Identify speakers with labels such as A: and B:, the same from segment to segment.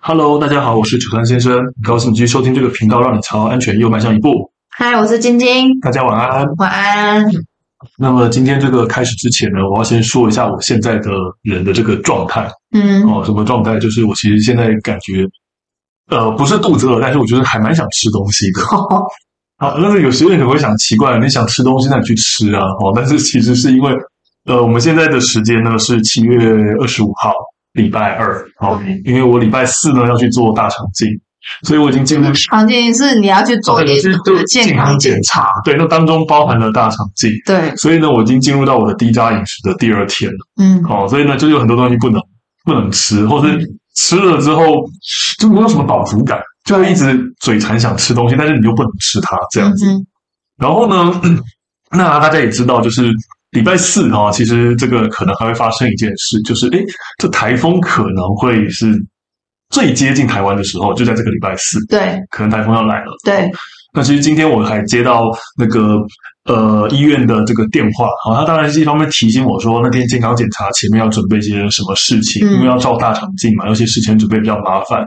A: Hello，大家好，我是九三先生，很高兴你继续收听这个频道，让你朝安全又迈向一步。
B: 嗨，我是晶晶，
A: 大家晚安。
B: 晚安。
A: 那么今天这个开始之前呢，我要先说一下我现在的人的这个状态
B: 嗯
A: 哦，什么状态？就是我其实现在感觉，呃，不是肚子饿，但是我觉得还蛮想吃东西的。好，但是有时候你可能会想，奇怪，你想吃东西，那你去吃啊。哦，但是其实是因为，呃，我们现在的时间呢是七月二十五号，礼拜二。哦，因为我礼拜四呢要去做大肠镜，所以我已经进入
B: 常见哦是你要去做
A: 哦对
B: 一
A: 就是
B: 个健康检查，
A: 查，对，那当中包含了大肠镜，
B: 对，
A: 所以呢，我已经进入到我的低渣饮食的第二天了。
B: 嗯，
A: 哦，所以呢，就有很多东西不能不能吃，或是吃了之后就没有什么饱足感，就会一直嘴馋想吃东西，但是你又不能吃它这样子。
B: 嗯
A: 然后呢， 那大家也知道，就是礼拜四哈、其实这个可能还会发生一件事，就是诶，这台风可能会是最接近台湾的时候，就在这个礼拜四，
B: 对
A: 可能台风要来了。
B: 对，
A: 那其实今天我还接到那个呃医院的这个电话，好、他当然是一方面提醒我说，那天健康检查前面要准备一些什么事情，
B: 嗯
A: 因为要照大肠镜嘛，有些事情准备比较麻烦。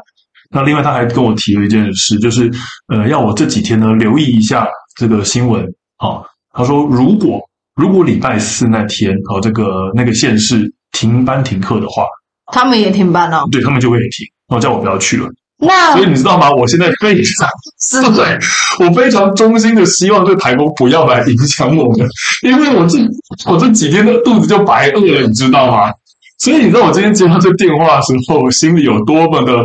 A: 那另外他还跟我提了一件事，就是呃要我这几天呢留意一下这个新闻，好、他说如果如果礼拜四那天哦这个那个县市停班停课的话，
B: 他们也挺棒哦。
A: 对他们就会停，然后叫我不要去了。
B: 那
A: 所以你知道吗？我现在非常
B: 是
A: 对，我非常衷心的希望这台风不要来影响我们，因为我这我这几天的肚子就白饿了，你知道吗？所以你知道我今天接到这电话的时候，我心里有多么的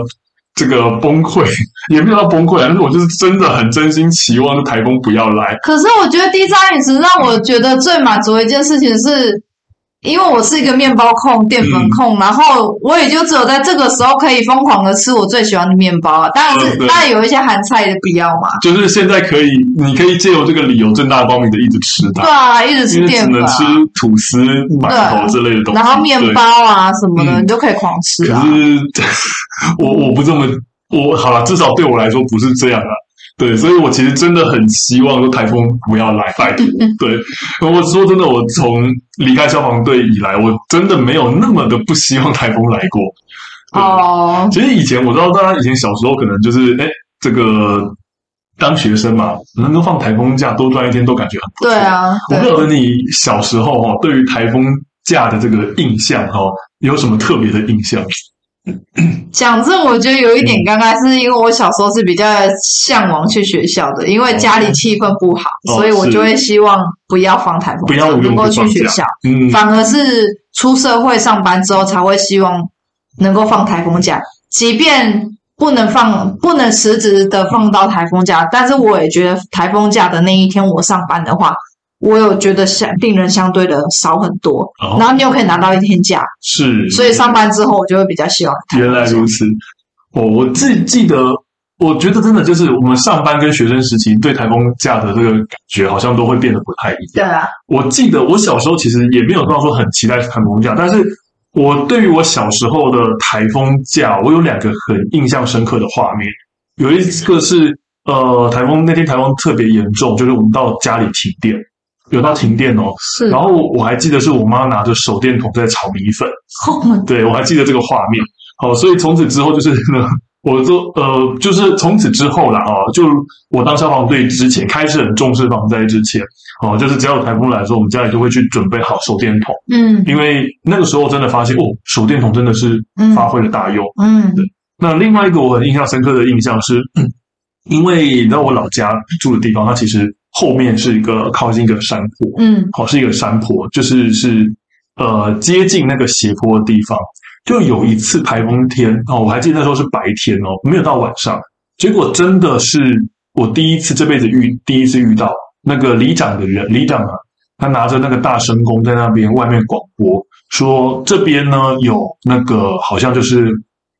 A: 这个崩溃，也没有到崩溃啊，但是我就是真的很真心期望这台风不要来。
B: 可是我觉得低渣饮食让我觉得最满足的一件事情是，因为我是一个面包控、淀粉
A: 嗯
B: 控，然后我也就只有在这个时候可以疯狂的吃我最喜欢的面包啊。当然
A: 嗯
B: 是，
A: 对
B: 当然有一些韩菜的必要嘛。
A: 就是现在可以，你可以借由这个理由正大光明的一直吃
B: 对
A: 它，
B: 啊，一直
A: 因
B: 吃
A: 为只
B: 淀粉
A: 能
B: 啊，
A: 吃吐司、馒头之类的东西，
B: 然后面
A: 对
B: 包啊什么的，
A: 嗯
B: 你都可以狂吃
A: 可
B: 啊。
A: 是 我我不这么，我好了，至少对我来说不是这样啊。对，所以我其实真的很希望说台风不要来，拜 托。对，我说真的，我从离开消防队以来，我真的没有那么的不希望台风来过。对
B: 哦，
A: 其实以前我知道，大家以前小时候可能就是，哎，这个当学生嘛，能够放台风假多赚一天，都感觉很不错。
B: 对啊，
A: 我
B: 对
A: 不。晓得你小时候哦，对于台风假的这个印象哦，有什么特别的印象？
B: 讲这，我觉得有一点尴尬，是因为我小时候是比较向往去学校的，因为家里气氛不好，
A: 哦
B: 所以我
A: 是
B: 就会希望不要放台风
A: 不要
B: 假，
A: 无缘
B: 能
A: 无故
B: 够去
A: 放
B: 学
A: 假
B: 校。
A: 嗯，
B: 反而是出社会上班之后才会希望能够放台风假，即便不能放，不能实质的放到台风假，但是我也觉得台风假的那一天我上班的话，我有觉得相病人相对的少很多，
A: 哦
B: 然后你又可以拿到一天假，
A: 是，
B: 所以上班之后我就会比较希望台风
A: 原来
B: 假
A: 如此。我我自己记得，我觉得真的就是我们上班跟学生时期对台风假的这个感觉，好像都会变得不太一
B: 对
A: 样。
B: 啊，
A: 我记得我小时候其实也没有到说很期待台风假，但是我对于我小时候的台风假，我有两个很印象深刻的画面。有一个是呃，台风那天台风特别严重，就是我们到家里停电，有到停电哦。
B: 是
A: 然后我还记得是我妈拿着手电筒在炒米粉。
B: 后面
A: 对，我还记得这个画面。好、所以从此之后就是 呢，我就呃，就是从此之后啦，哦，就我当消防队之前开始很重视防灾之前，哦，就是只要有台风来的时候，我们家里就会去准备好手电筒，
B: 嗯
A: 因为那个时候真的发现哦，手电筒真的是发挥了大用。
B: 嗯
A: 那另外一个我很印象深刻的印象是， 因为你知道我老家住的地方，它其实后面是一个靠近一个山坡，
B: 嗯
A: 好、是一个山坡，就是是呃接近那个斜坡的地方。就有一次台风天哦，我还记得那时候是白天哦，没有到晚上。结果真的是我第一次这辈子遇第一次遇到那个里长的人，里长啊，他拿着那个大声公在那边外面广播说，这边呢有那个好像就是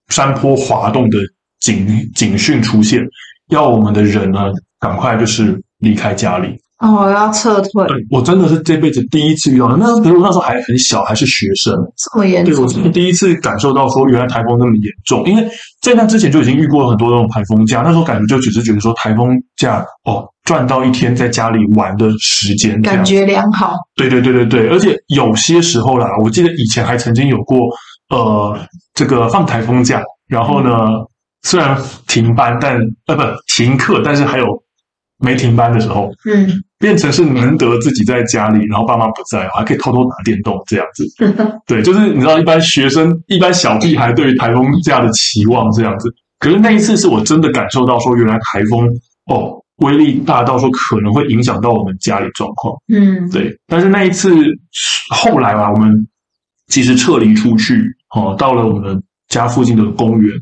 A: 山坡滑动的警警讯出现，要我们的人呢赶快就是离开家里。
B: 哦，我要撤退，
A: 对，我真的是这辈子第一次遇到的。那可是我那时候还很小，还是学生。
B: 这么严
A: 对，
B: 重
A: 我，是第一次感受到说，原来台风那么严重。因为在那之前就已经遇过很多那种台风假，那时候感觉就只是觉得说台风假哦，赚到一天在家里玩的时间这样
B: 感。觉良好，
A: 对对对对对，而且有些时候啦，
B: 嗯
A: 我记得以前还曾经有过，呃，这个放台风假，然后呢，虽然停班，但呃不停课，但是还有没停班的时候，
B: 嗯，
A: 变成是难得自己在家里，然后爸妈不在，还可以偷偷打电动这样子。
B: 嗯
A: 对，就是你知道，一般学生、一般小屁孩对于台风假的期望这样子。可是那一次是我真的感受到，说原来台风哦威力大到说可能会影响到我们家里状况。
B: 嗯，
A: 对，但是那一次后来啊，我们其实撤离出去，哦，到了我们家附近的公园。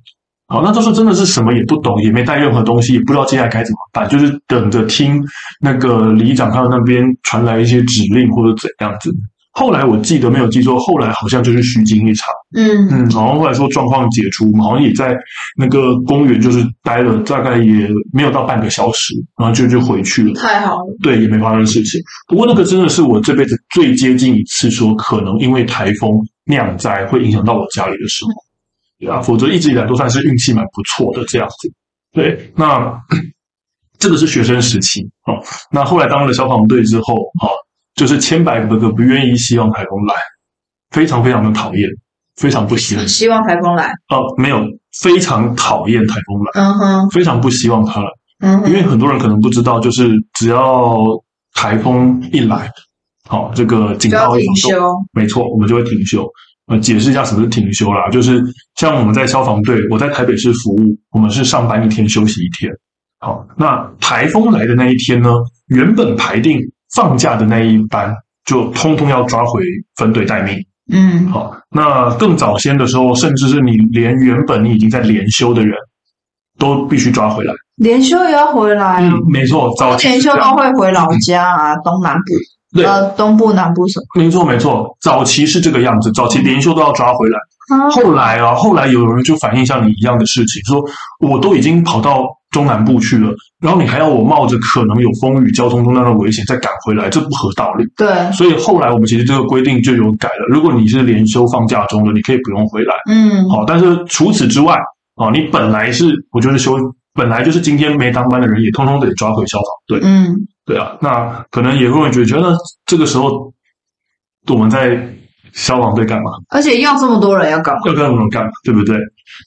A: 好，那这时候真的是什么也不懂，也没带任何东西，也不知道接下来该怎么办，就是等着听那个里长他们那边传来一些指令或者怎样子。后来我记得没有记错，后来好像就是虚惊一场，
B: 嗯，
A: 嗯，好像后来说状况解除，我们好像也在那个公园就是待了大概也没有到半个小时，然后就就回去了。
B: 太好了，
A: 对，也没发生事情。不过那个真的是我这辈子最接近一次说可能因为台风酿灾会影响到我家里的时候，对啊，否则一直以来都算是运气蛮不错的这样子。对，那这个是学生时期哦。那后来当了消防队之后，哦，就是千百个个不愿意希望台风来，非常非常的讨厌，非常不喜欢
B: 希望台风来，
A: 哦，没有，非常讨厌台风来，
B: 嗯哼，
A: 非常不希望它来。
B: 嗯
A: 因
B: 哼，
A: 为很多人可能不知道，就是只要台风一来，好、这个警
B: 就要
A: 报一
B: 停
A: 响动，
B: 休，
A: 没错，我们就会停休。呃，解释一下什么是停休啦，就是像我们在消防队，我在台北市服务，我们是上班一天，休息一天。好，那台风来的那一天呢，原本排定放假的那一班，就通通要抓回分队待命。
B: 嗯
A: 好，那更早先的时候，甚至是你连原本你已经在连休的人，都必须抓回来。
B: 连休也要回来哦，
A: 嗯，没错，早期
B: 连
A: 是这啊
B: 休
A: 样
B: 都会回老家啊，东南部，
A: 对，
B: 呃，东部、南部什么
A: 没错没错，早期是这个样子，早期连休都要抓回来。
B: 啊？
A: 后来啊，后来有人就反映像你一样的事情，说我都已经跑到中南部去了，然后你还要我冒着可能有风雨、交通中断的危险再赶回来，这不合道理。
B: 对，
A: 所以后来我们其实这个规定就有改了，如果你是连休放假中的，你可以不用回来。
B: 嗯
A: 好，但是除此之外，哦，你本来是我就是休，本来就是今天没当班的人，也通通得抓回消防队。
B: 嗯，
A: 对啊，那可能也会觉得，觉得这个时候我们在消防队干嘛？
B: 而且要这么多人要干嘛？
A: 要跟我们干嘛？对不对？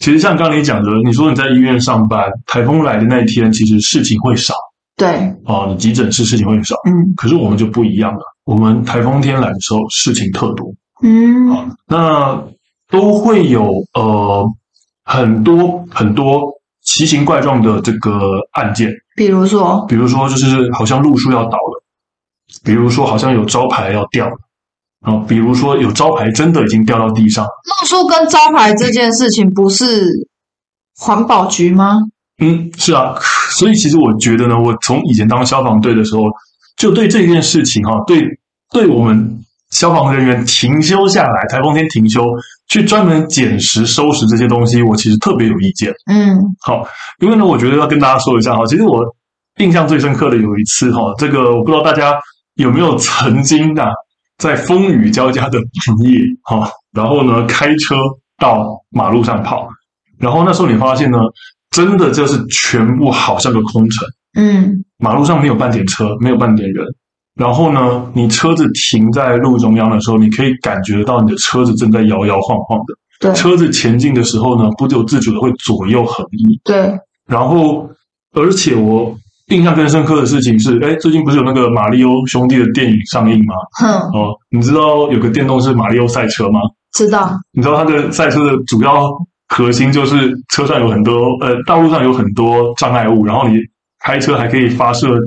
A: 其实像刚才你讲的，你说你在医院上班，台风来的那一天，其实事情会少
B: 对，
A: 哦，你急诊室事情会少。
B: 嗯
A: 可是我们就不一样了，我们台风天来的时候事情特多，啊
B: 嗯
A: 那都会有呃很多很多奇形怪状的这个案件。
B: 比如说，
A: 比如说就是好像路数要倒了，比如说好像有招牌要掉了，然后比如说有招牌真的已经掉到地上了，
B: 露宿跟招牌这件事情不是环保局吗？
A: 嗯，是啊，所以其实我觉得呢，我从以前当消防队的时候，就对这件事情哈、对对我们消防人员停休下来，台风天停休去专门捡拾收拾这些东西，我其实特别有意见。
B: 嗯
A: 好，因为呢，我觉得要跟大家说一下哈，其实我印象最深刻的有一次哈，这个我不知道大家有没有曾经啊，在风雨交加的半夜哈，然后呢开车到马路上跑，然后那时候你发现呢，真的就是全部好像个空城，
B: 嗯
A: 马路上没有半点车，没有半点人。然后呢，你车子停在路中央的时候，你可以感觉到你的车子正在摇摇晃晃的。
B: 对
A: 车子前进的时候呢，不由自主的会左右横移。
B: 对，
A: 然后，而且我印象更深刻的事情是，哎，最近不是有那个马里欧兄弟的电影上映吗？
B: 哼，
A: 哦，你知道有个电动是马里欧赛车吗？
B: 知道，
A: 你知道它的赛车的主要核心就是车上有很多呃，道路上有很多障碍物，然后你开车还可以发射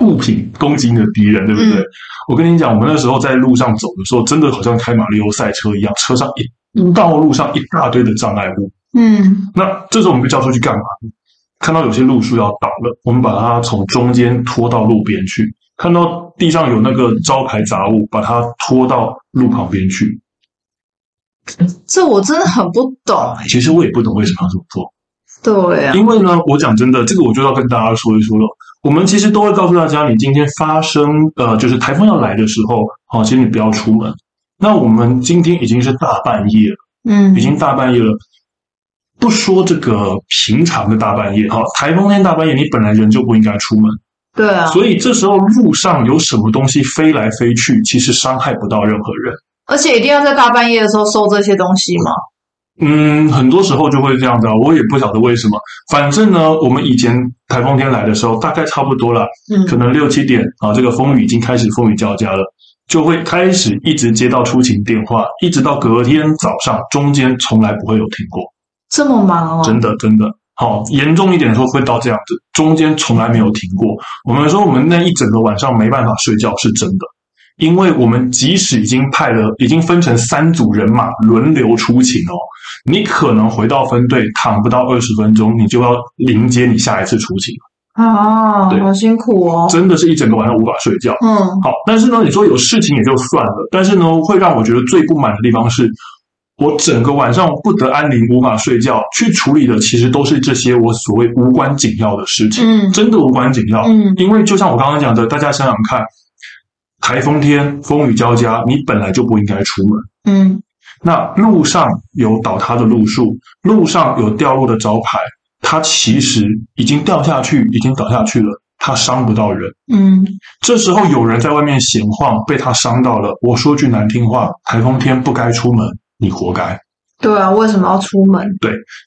A: 物品攻击你的敌人，对不对？
B: 嗯
A: 我跟你讲，我们那时候在路上走的时候，真的好像开马里欧赛车一样，车上一道路上一大堆的障碍物。
B: 嗯
A: 那这时候我们被叫出去干嘛？看到有些路树要倒了，我们把它从中间拖到路边去；看到地上有那个招牌杂物，把它拖到路旁边去。
B: 这我真的很不懂哎、
A: 其实我也不懂为什么要这么做，
B: 对啊，
A: 因为呢，我讲真的，这个我就要跟大家说一说了。我们其实都会告诉大家，你今天发生呃，就是台风要来的时候，好、其实你不要出门。那我们今天已经是大半夜了。
B: 嗯
A: 已经大半夜了。不说这个平常的大半夜，哈，台风天大半夜，你本来人就不应该出门，
B: 对啊，
A: 所以这时候路上有什么东西飞来飞去，其实伤害不到任何人。
B: 而且一定要在大半夜的时候收这些东西嘛，
A: 嗯，很多时候就会这样子啊，我也不晓得为什么。反正呢，我们以前台风天来的时候，大概差不多啦，
B: 嗯，
A: 可能六七点啊，这个风雨已经开始风雨交加了，就会开始一直接到出勤电话，一直到隔天早上，中间从来不会有停过。
B: 这么忙哦，
A: 真的真的。好，严重一点说会到这样子，中间从来没有停过。我们说我们那一整个晚上没办法睡觉是真的，因为我们即使已经派了，已经分成三组人马轮流出勤哦，你可能回到分队躺不到二十分钟，你就要迎接你下一次出勤，
B: 啊，
A: 对
B: 好辛苦哦。
A: 真的是一整个晚上无法睡觉。
B: 嗯，
A: 好，但是呢，你说有事情也就算了，但是呢，会让我觉得最不满的地方是，我整个晚上不得安宁，无法睡觉，去处理的其实都是这些我所谓无关紧要的事情，
B: 嗯
A: 真的无关紧要。
B: 嗯
A: 因为就像我刚刚讲的，大家想想看，台风天风雨交加，你本来就不应该出门。
B: 嗯
A: 那路上有倒塌的路树，路上有掉落的招牌，它其实已经掉下去，已经倒下去了，它伤不到人。
B: 嗯
A: 这时候有人在外面闲晃，被他伤到了。我说句难听话，台风天不该出门，你活该。
B: 对啊，为什么要出门？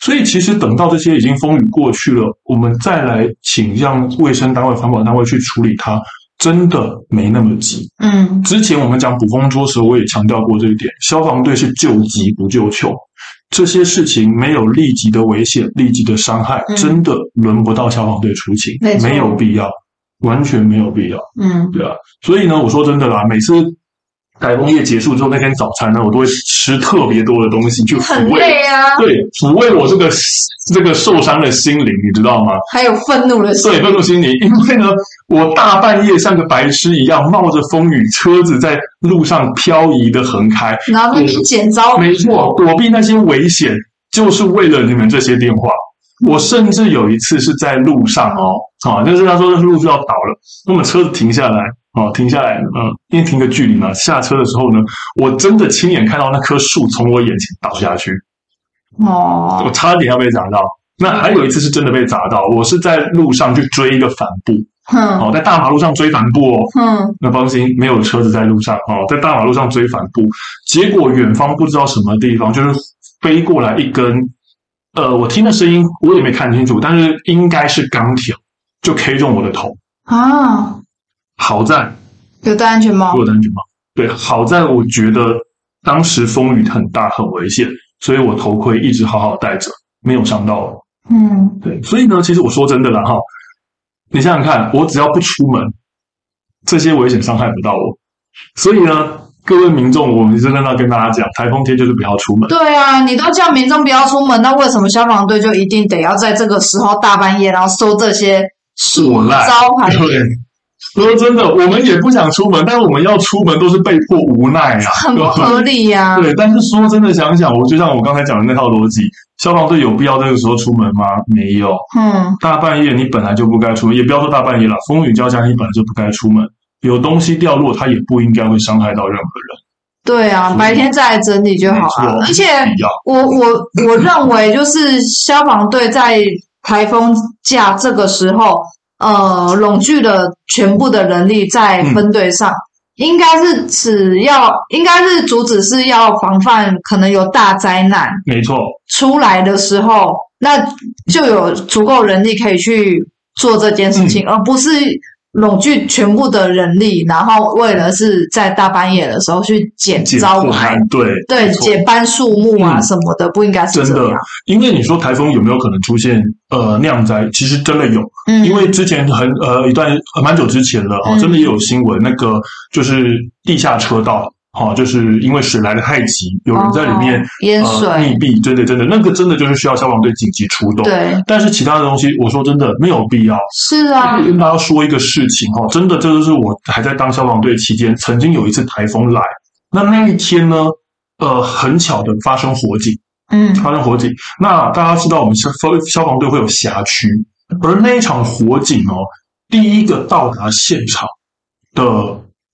A: 所以其实等到这些已经风雨过去了，我们再来请让卫生单位、环保单位去处理它，真的没那么急。
B: 嗯
A: 之前我们讲捕风捉时，我也强调过这一点，消防队是救急不救穷。这些事情没有立即的危险、立即的伤害，
B: 嗯
A: 真的轮不到消防队出勤
B: 没，错
A: 没有必要，完全没有必要。
B: 嗯
A: 对啊，所以呢，我说真的啦，每次台风夜结束之后那天早餐呢，我都会吃特别多的东西去
B: 很
A: 抚慰，
B: 累啊，
A: 对，抚慰我这个这个受伤的心灵，你知道吗？
B: 还有愤怒的心
A: 对，，愤怒心理，因为呢，我大半夜像个白痴一样冒着风雨，车子在路上漂移的横开，
B: 然后那边捡招，
A: 没错，躲避那些危险，就是为了你们这些电话。我甚至有一次是在路上哦，啊，就是他说路就要倒了，那么车子停下来，啊，停下来，嗯，因为停个距离嘛。下车的时候呢，我真的亲眼看到那棵树从我眼前倒下去，我
B: 哦，
A: 差点要被砸到。那还有一次是真的被砸到，我是在路上去追一个帆布，
B: 哼
A: 哦，在大马路上追帆布哦，
B: 哼，
A: 那放心，没有车子在路上哦，在大马路上追反步，结果远方不知道什么地方就是飞过来一根，呃，我听的声音我也没看清楚，但是应该是钢条，就 K 中我的头。
B: 啊，
A: 好在
B: 有戴安全帽
A: 我，有戴安全帽，对，好在我觉得当时风雨很大，很危险，所以我头盔一直好好戴着，没有伤到我。
B: 嗯
A: 对，所以呢，其实我说真的啦哈，你想想看，我只要不出门，这些危险伤害不到我。所以呢，各位民众，我们真的要跟大家讲，台风天就是不要出门。
B: 对啊，你都叫民众不要出门，那为什么消防队就一定得要在这个时候大半夜，然后收这些
A: 我赖
B: 招牌？
A: 对，说真的，我们也不想出门，但是我们要出门都是被迫无奈啊，
B: 很不合理啊呀、
A: 对，但是说真的，想想我就像我刚才讲的那套逻辑，消防队有必要这个时候出门吗？没有，
B: 嗯
A: 大半夜你本来就不该出门，也不要说大半夜了，风雨交加你本来就不该出门。有东西掉落，它也不应该会伤害到任何
B: 对啊，
A: 是
B: 白天再来整理就好了、
A: 没错
B: 而且
A: 人。一样，
B: 我我我认为，就是消防队在台风假这个时候，呃，拢聚了全部的人力在
A: 嗯
B: 分队上，应该是只要应该是主旨是要防范可能有大灾难，
A: 没错，
B: 出来的时候，那就有足够人力可以去做这件事
A: 嗯
B: 情，而不是拢聚全部的人力，然后为了是在大半夜的时候去捡
A: 解
B: 招
A: 不
B: 牌
A: 难，对
B: 对，
A: 没错
B: 捡搬树木啊
A: 嗯
B: 什么的，不应该是
A: 真
B: 这
A: 的
B: 样。，
A: 因为你说台风有没有可能出现呃酿灾？其实真的有，
B: 嗯，
A: 因为之前很呃一段呃蛮久之前了哦，
B: 嗯
A: 真的也有新闻，那个就是地下车道。哦，就是因为水来的太急，有人在里面
B: 哦、淹水，
A: 呃溺毙，真的真的，那个真的就是需要消防队紧急出动。
B: 对，
A: 但是其他的东西，我说真的没有必要。
B: 是啊，
A: 跟大家说一个事情哦，真的，这就是我还在当消防队期间，曾经有一次台风来，那那一天呢，呃，很巧的发生火警，
B: 嗯
A: 发生火警。那大家知道我们消消防队会有辖区，而那一场火警哦，第一个到达现场的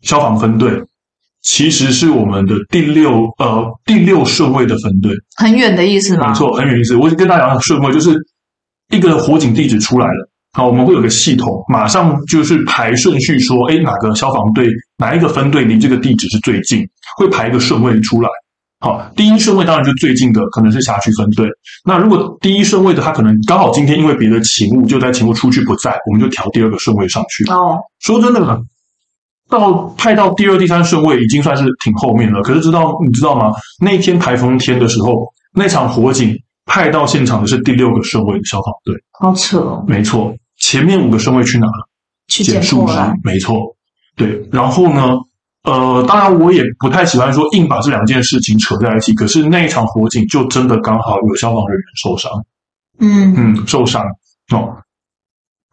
A: 消防分队，其实是我们的第六呃第六顺位的分队，
B: 很远的意思吧？
A: 没错，很有意思。我跟大家讲顺位，就是一个火警地址出来了，好，我们会有个系统，马上就是排顺序说，哎，哪个消防队哪一个分队离这个地址是最近，会排一个顺位出来。好，第一顺位当然就最近的可能是辖区分队。那如果第一顺位的他可能刚好今天因为别的勤务就在勤务出去不在，我们就调第二个顺位上去。
B: 哦，
A: 说真的呢，到派到第二、第三顺位已经算是挺后面了。可是知道你知道吗？那一天台风天的时候，那场火警派到现场的是第六个顺位的消防队，
B: 好扯哦，
A: 没错，前面五个顺位去哪了？
B: 去
A: 减
B: 捡
A: 数
B: 破
A: 值
B: 烂，，
A: 没错，对。然后呢，呃，当然我也不太喜欢说硬把这两件事情扯在一起，可是那一场火警就真的刚好有消防人员受伤，
B: 嗯，
A: 嗯，受伤哦。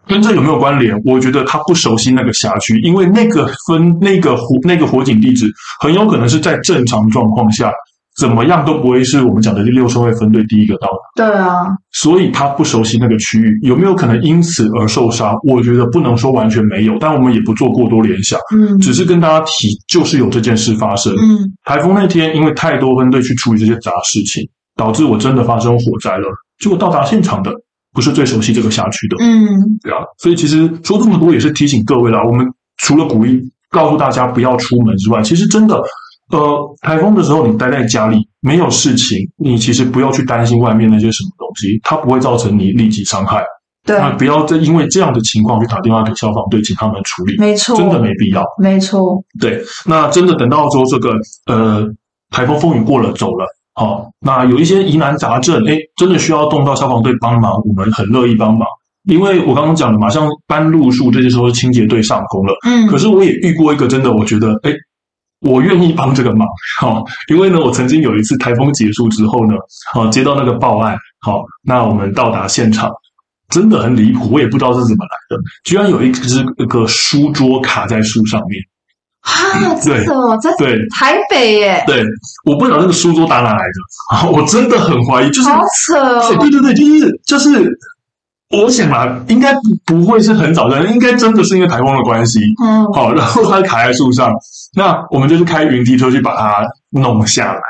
A: 跟这有没有关联？我觉得他不熟悉那个辖区，因为那个分那个火那个火警地址，很有可能是在正常状况下，怎么样都不会是我们讲的第六顺位分队第一个到的，
B: 对啊，
A: 所以他不熟悉那个区域，有没有可能因此而受伤？我觉得不能说完全没有，但我们也不做过多联想，
B: 嗯
A: 只是跟大家提，就是有这件事发生。
B: 嗯，
A: 台风那天，因为太多分队去处理这些杂事情，导致我真的发生火灾了。结果到达现场的不是最熟悉这个辖区的，
B: 嗯，
A: 对啊。所以其实说这么多也是提醒各位啦，我们除了鼓励告诉大家不要出门之外，其实真的，呃，台风的时候你待在家里没有事情，你其实不要去担心外面那些什么东西，它不会造成你立即伤害。
B: 对，
A: 那不要再因为这样的情况去打电话给消防队，请他们处理，
B: 没错，
A: 真的没必要。
B: 没错，
A: 对，那真的等到说这个呃台风风雨过了走了，好、那有一些疑难杂症，哎，真的需要动到消防队帮忙，我们很乐意帮忙。因为我刚刚讲的嘛，像搬路树这些时候是清洁队上工了，
B: 嗯，
A: 可是我也遇过一个真的，我觉得哎，诶我愿意帮这个忙，好、因为呢，我曾经有一次台风结束之后呢，好、接到那个报案，好、那我们到达现场，真的很离谱，我也不知道是怎么来的，居然有一只一个书桌卡在树上面，
B: 啊，这
A: 对
B: 是什么？这是
A: 对，
B: 台北耶，
A: 对，我不晓得那个书桌打哪来的， 啊我真的很怀疑，就是，
B: 好扯
A: 哎
B: 哦，
A: 对对对，就是就是，我想啊，应该不不会是很早的，应该真的是因为台风的关系，
B: 嗯，
A: 好，然后它卡在树上，那我们就是开云梯车去把它弄下来，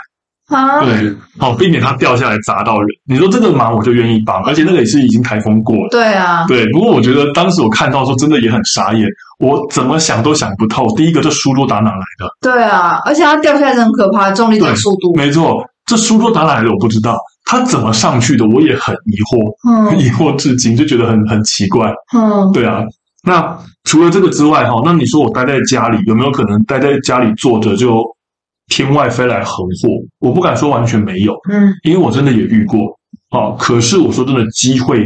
B: 啊，
A: 对，好，避免它掉下来砸到人。你说这个忙我就愿意帮，而且那个也是已经台风过了。
B: 对啊，
A: 对，不过我觉得当时我看到的时候真的也很傻眼，我怎么想都想不透。第一个，这书桌打哪来的？
B: 对啊，而且它掉下来是很可怕，重力
A: 对
B: 加速度，
A: 没错，这书桌打哪来的我不知道，他怎么上去的我也很疑惑，
B: 嗯
A: 疑惑至今就觉得很很奇怪。
B: 嗯，
A: 对啊，那除了这个之外哈，那你说我待在家里有没有可能待在家里坐着就天外飞来横祸？我不敢说完全没有，
B: 嗯，
A: 因为我真的也遇过啊。可是我说真的，机会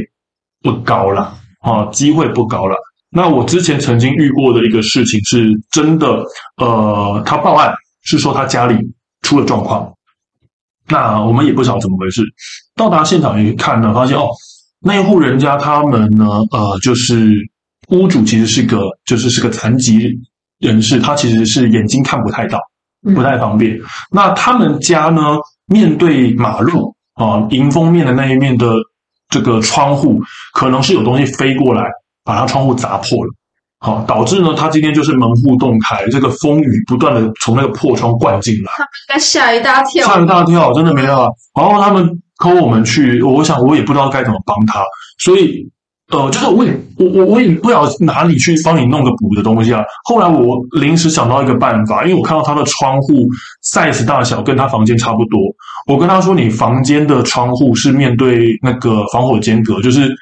A: 不高了啊，机会不高了。那我之前曾经遇过的一个事情是真的，呃，他报案是说他家里出了状况，那我们也不晓得怎么回事。到达现场一看呢，发现哦，那一户人家他们呢，呃，就是屋主其实是个就是是个残疾人士，他其实是眼睛看不太到，
B: 嗯
A: 不太方便。那他们家呢，面对马路啊、迎风面的那一面的这个窗户，可能是有东西飞过来，把他窗户砸破了。好，导致呢，他今天就是门户洞开，这个风雨不断的从那个破窗灌进来。
B: 该吓一大跳，
A: 吓一大跳，真的没办法。然后他们扣我们去，我想我也不知道该怎么帮他，所以呃，就是我也我我我也不晓得哪里去帮你弄个补的东西啊。后来我临时想到一个办法，因为我看到他的窗户 size 大小跟他房间差不多，我跟他说你房间的窗户是面对那个防火间隔，就是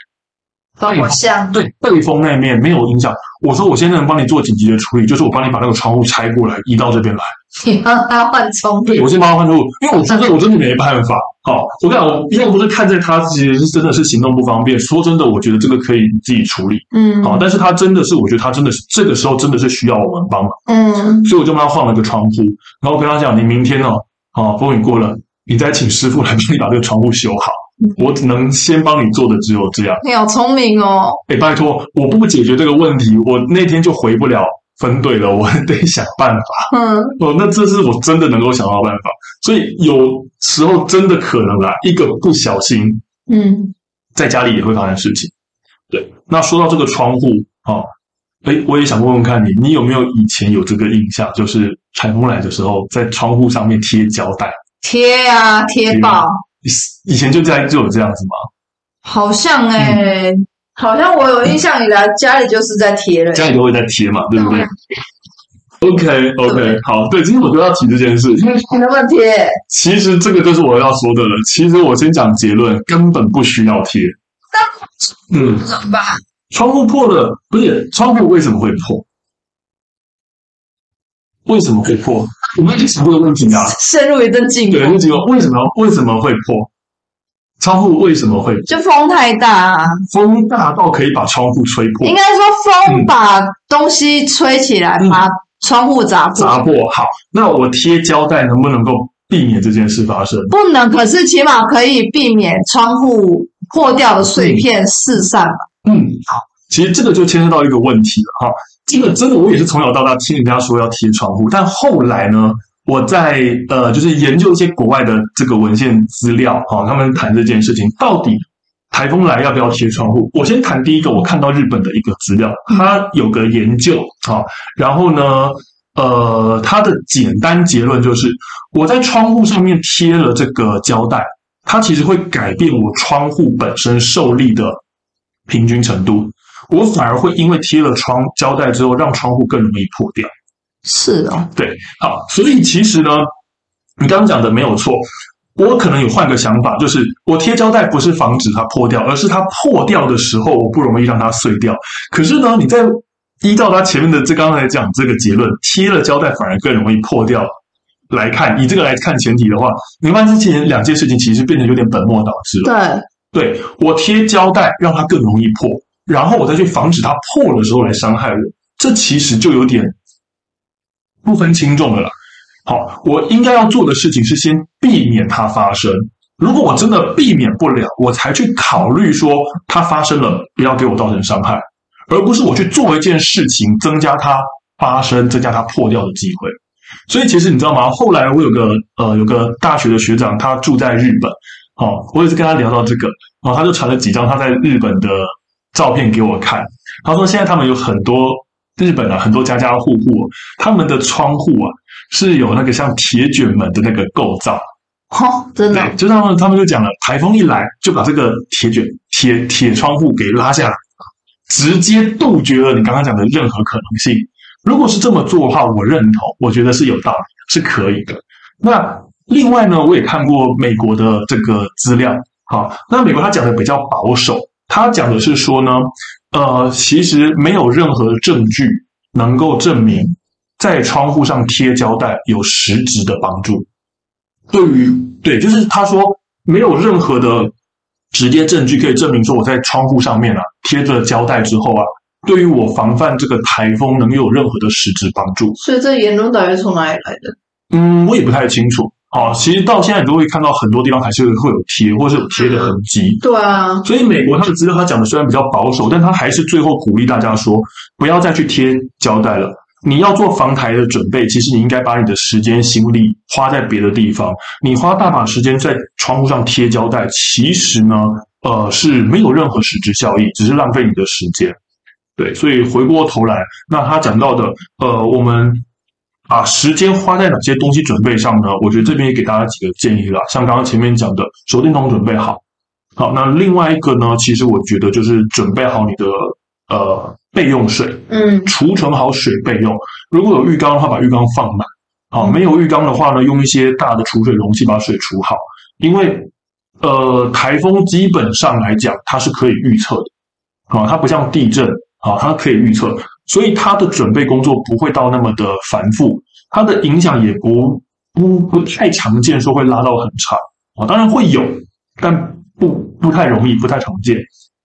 B: 帮我像，
A: 对背风那面没有影响。我说我现在能帮你做紧急的处理，就是我帮你把那个窗户拆过来移到这边来。
B: 你让它换充
A: 对，
B: 电
A: 我，先帮他换错误，因为我说这个我真的没办法。好，我跟你讲，我要不是看在他其实是真的是行动不方便，说真的，我觉得这个可以自己处理。
B: 嗯，
A: 好，但是他真的是，我觉得他真的是这个时候真的是需要我们帮忙，
B: 嗯，
A: 所以我就帮他换了个窗户，然后跟他讲，你明天哦，好，风雨过了，你再请师傅来帮你把这个窗户修好。我只能先帮你做的只有这样。
B: 你好聪明哦，
A: 哎，拜托，我不解决这个问题，我那天就回不了分队了，我得想办法。
B: 嗯，
A: 哦，那这是我真的能够想到的办法，所以有时候真的可能啦，啊一个不小心
B: 嗯，
A: 在家里也会发生事情。对，那说到这个窗户，哦，哎，我也想问问看你，你有没有以前有这个印象，就是台风来的时候，在窗户上面贴胶带？
B: 贴啊贴爆，
A: 你以前就在就有这样子吗？
B: 好像哎，
A: 嗯
B: 好像我有印象以来家里就是在贴了，
A: 家里都会在贴嘛，对不对？ OK OK，
B: 对
A: 好，对，今天我就要提这件事，因为
B: 你的问题，
A: 其实这个就是我要说的了。其实我先讲结论，根本不需要贴。嗯，
B: 怎么办？
A: 窗户破了，不是窗户为什么会破？为什么会破？我们已经想过的问题啊。
B: 陷入一阵静
A: 对，
B: 默
A: 就，结果为什么为什么会破？窗户为什么会破
B: 就风太大、啊，
A: 风大到可以把窗户吹破
B: 应、该说风把东西吹起来，
A: 嗯
B: 把窗户砸破。
A: 砸破？好，那我贴胶带能不能够避免这件事发生？
B: 不能，可是起码可以避免窗户破掉的碎片四散吧。
A: 嗯，好，其实这个就牵涉到一个问题了哈。这个真的，我也是从小到大听人家说要贴窗户，但后来呢，我在呃，就是研究一些国外的这个文献资料哈、他们谈这件事情到底。台风来要不要贴窗户？我先谈第一个，我看到日本的一个资料，它有个研究啊，然后呢，呃，它的简单结论就是，我在窗户上面贴了这个胶带，它其实会改变我窗户本身受力的平均程度。我反而会因为贴了窗胶带之后，让窗户更容易破掉。
B: 是哦，
A: 好，所以其实呢，你刚刚讲的没有错。我可能有换个想法，就是我贴胶带不是防止它破掉，而是它破掉的时候，我不容易让它碎掉。可是呢，你在依照它前面的这刚才讲这个结论，贴了胶带反而更容易破掉来看，以这个来看前提的话，你发现之前两件事情其实变得有点本末倒置了。
B: 对，
A: 对我贴胶带，让它更容易破，然后我再去防止它破的时候来伤害我，这其实就有点不分轻重的了啦。好，我应该要做的事情是先避免它发生。如果我真的避免不了，我才去考虑说它发生了，不要给我造成伤害，而不是我去做一件事情增加它发生、增加它破掉的机会。所以其实你知道吗？后来我有个呃有个大学的学长，他住在日本，哦，我也是跟他聊到这个，然后他就传了几张他在日本的照片给我看。他说现在他们有很多日本啊，很多家家户户他们的窗户啊是有那个像铁卷门的那个构造，
B: 哦，真的
A: 对，就他们他们就讲了，台风一来就把这个铁卷铁铁窗户给拉下来，直接杜绝了你刚刚讲的任何可能性。如果是这么做的话，我认同，我觉得是有道理，是可以的。那另外呢，我也看过美国的这个资料，好，那美国他讲的比较保守，他讲的是说呢，呃，其实没有任何证据能够证明在窗户上贴胶带有实质的帮助。对于对，就是他说没有任何的直接证据可以证明说我在窗户上面啊贴着胶带之后啊，对于我防范这个台风能有任何的实质帮助。
B: 所以这言论到底是从哪里来的？
A: 嗯，我也不太清楚。啊，其实到现在你都会看到很多地方还是会有贴，或是有贴的痕迹。
B: 对啊，
A: 所以美国它的资料它讲的虽然比较保守，但它还是最后鼓励大家说，不要再去贴胶带了。你要做防台的准备，其实你应该把你的时间心力花在别的地方。你花大把时间在窗户上贴胶带，其实呢，呃，是没有任何实质效益，只是浪费你的时间。对，所以回过头来，那他讲到的，呃，我们把时间花在哪些东西准备上呢？我觉得这边也给大家几个建议啦，像刚刚前面讲的，手电筒准备好，好，那另外一个呢，其实我觉得就是准备好你的呃备用水，
B: 嗯，
A: 储存好水备用。如果有浴缸的话，把浴缸放满。好，没有浴缸的话呢，用一些大的储水容器把水储好，因为呃，台风基本上来讲它是可以预测的，啊，它不像地震啊，它可以预测，所以它的准备工作不会到那么的繁复，它的影响也不不不太常见，说会拉到很长啊，当然会有，但不不太容易，不太常见。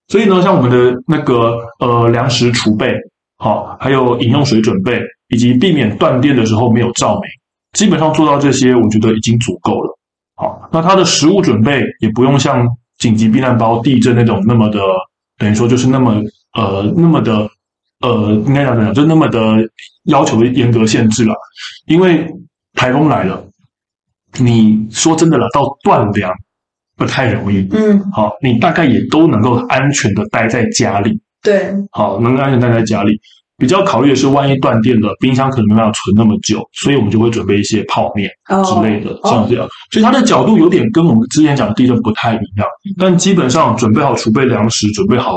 A: 所以呢，像我们的那个呃粮食储备，好、还有饮用水准备，以及避免断电的时候没有照明，基本上做到这些，我觉得已经足够了。好，那它的食物准备也不用像紧急避难包、地震那种那么的，等于说就是那么呃那么的呃，应该讲怎样，就那么的要求严格限制了，因为台风来了，你说真的了，到断粮不太容易。
B: 嗯，
A: 好，你大概也都能够安全的待在家里，
B: 对，
A: 好，能安全待在家里。比较考虑的是，万一断电了，冰箱可能没办法存那么久，所以我们就会准备一些泡面之类的，
B: 哦
A: 像这样。所以它的角度有点跟我们之前讲的地震不太一样，
B: 嗯
A: 但基本上准备好储备粮食，准备好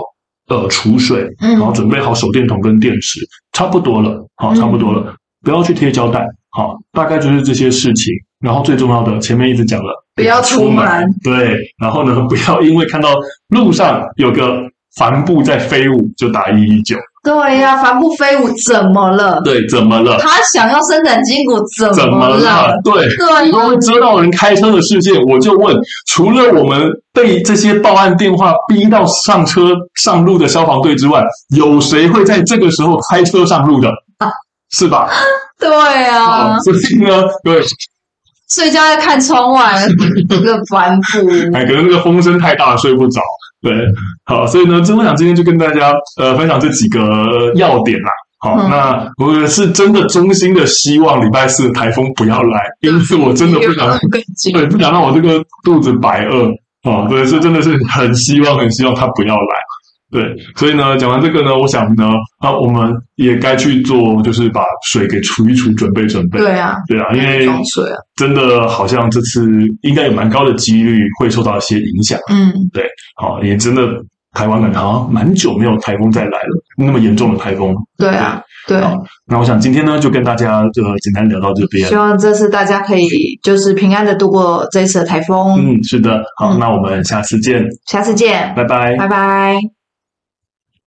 A: 呃储水，
B: 嗯
A: 然后准备好手电筒跟电池，差不多了，好，
B: 嗯
A: 差不多了。不要去贴胶带，好，大概就是这些事情。然后最重要的，前面一直讲了，
B: 不要出门，
A: 对，然后呢，不要因为看到路上有个帆布在飞舞就打一一九，
B: 对呀、帆布飞舞怎么了？
A: 对，怎么了？
B: 他想要伸展筋骨怎
A: 怎
B: 么
A: 么了？对，
B: 对呀、
A: 都会遮到人开车的视线，我就问，除了我们被这些报案电话逼到上车上路的消防队之外，有谁会在这个时候开车上路的？是吧？
B: 对呀、
A: 啊，所以呢，对，
B: 睡觉在看窗外 那个帆布，
A: 哎，可能那个风声太大了，睡不着。对，好，所以呢，真我想今天就跟大家呃分享这几个要点啦。好，
B: 嗯
A: 那我是真的衷心的希望礼拜四台风不要来，因为我真的不 想
B: 更紧
A: 对，不想让我这个肚子白饿哦，对，所以真的是很希望，很希望他不要来。对，所以呢，讲完这个呢，我想呢，啊，我们也该去做，就是把水给除一除，准备准备。
B: 对啊，
A: 对啊，因为
B: 装水啊，
A: 真的好像这次应该有蛮高的几率会受到一些影响。
B: 嗯，
A: 好、也真的台湾感觉好像蛮久没有台风再来了，那么严重的台风。
B: 对啊，对。
A: 好那我想今天呢，就跟大家呃简单聊到这边
B: 希。望这次大家可以就是平安的度过这一次的台风，
A: 嗯嗯，是的，好，
B: 嗯
A: 那我们下次见，
B: 下次见，
A: 拜拜
B: 拜拜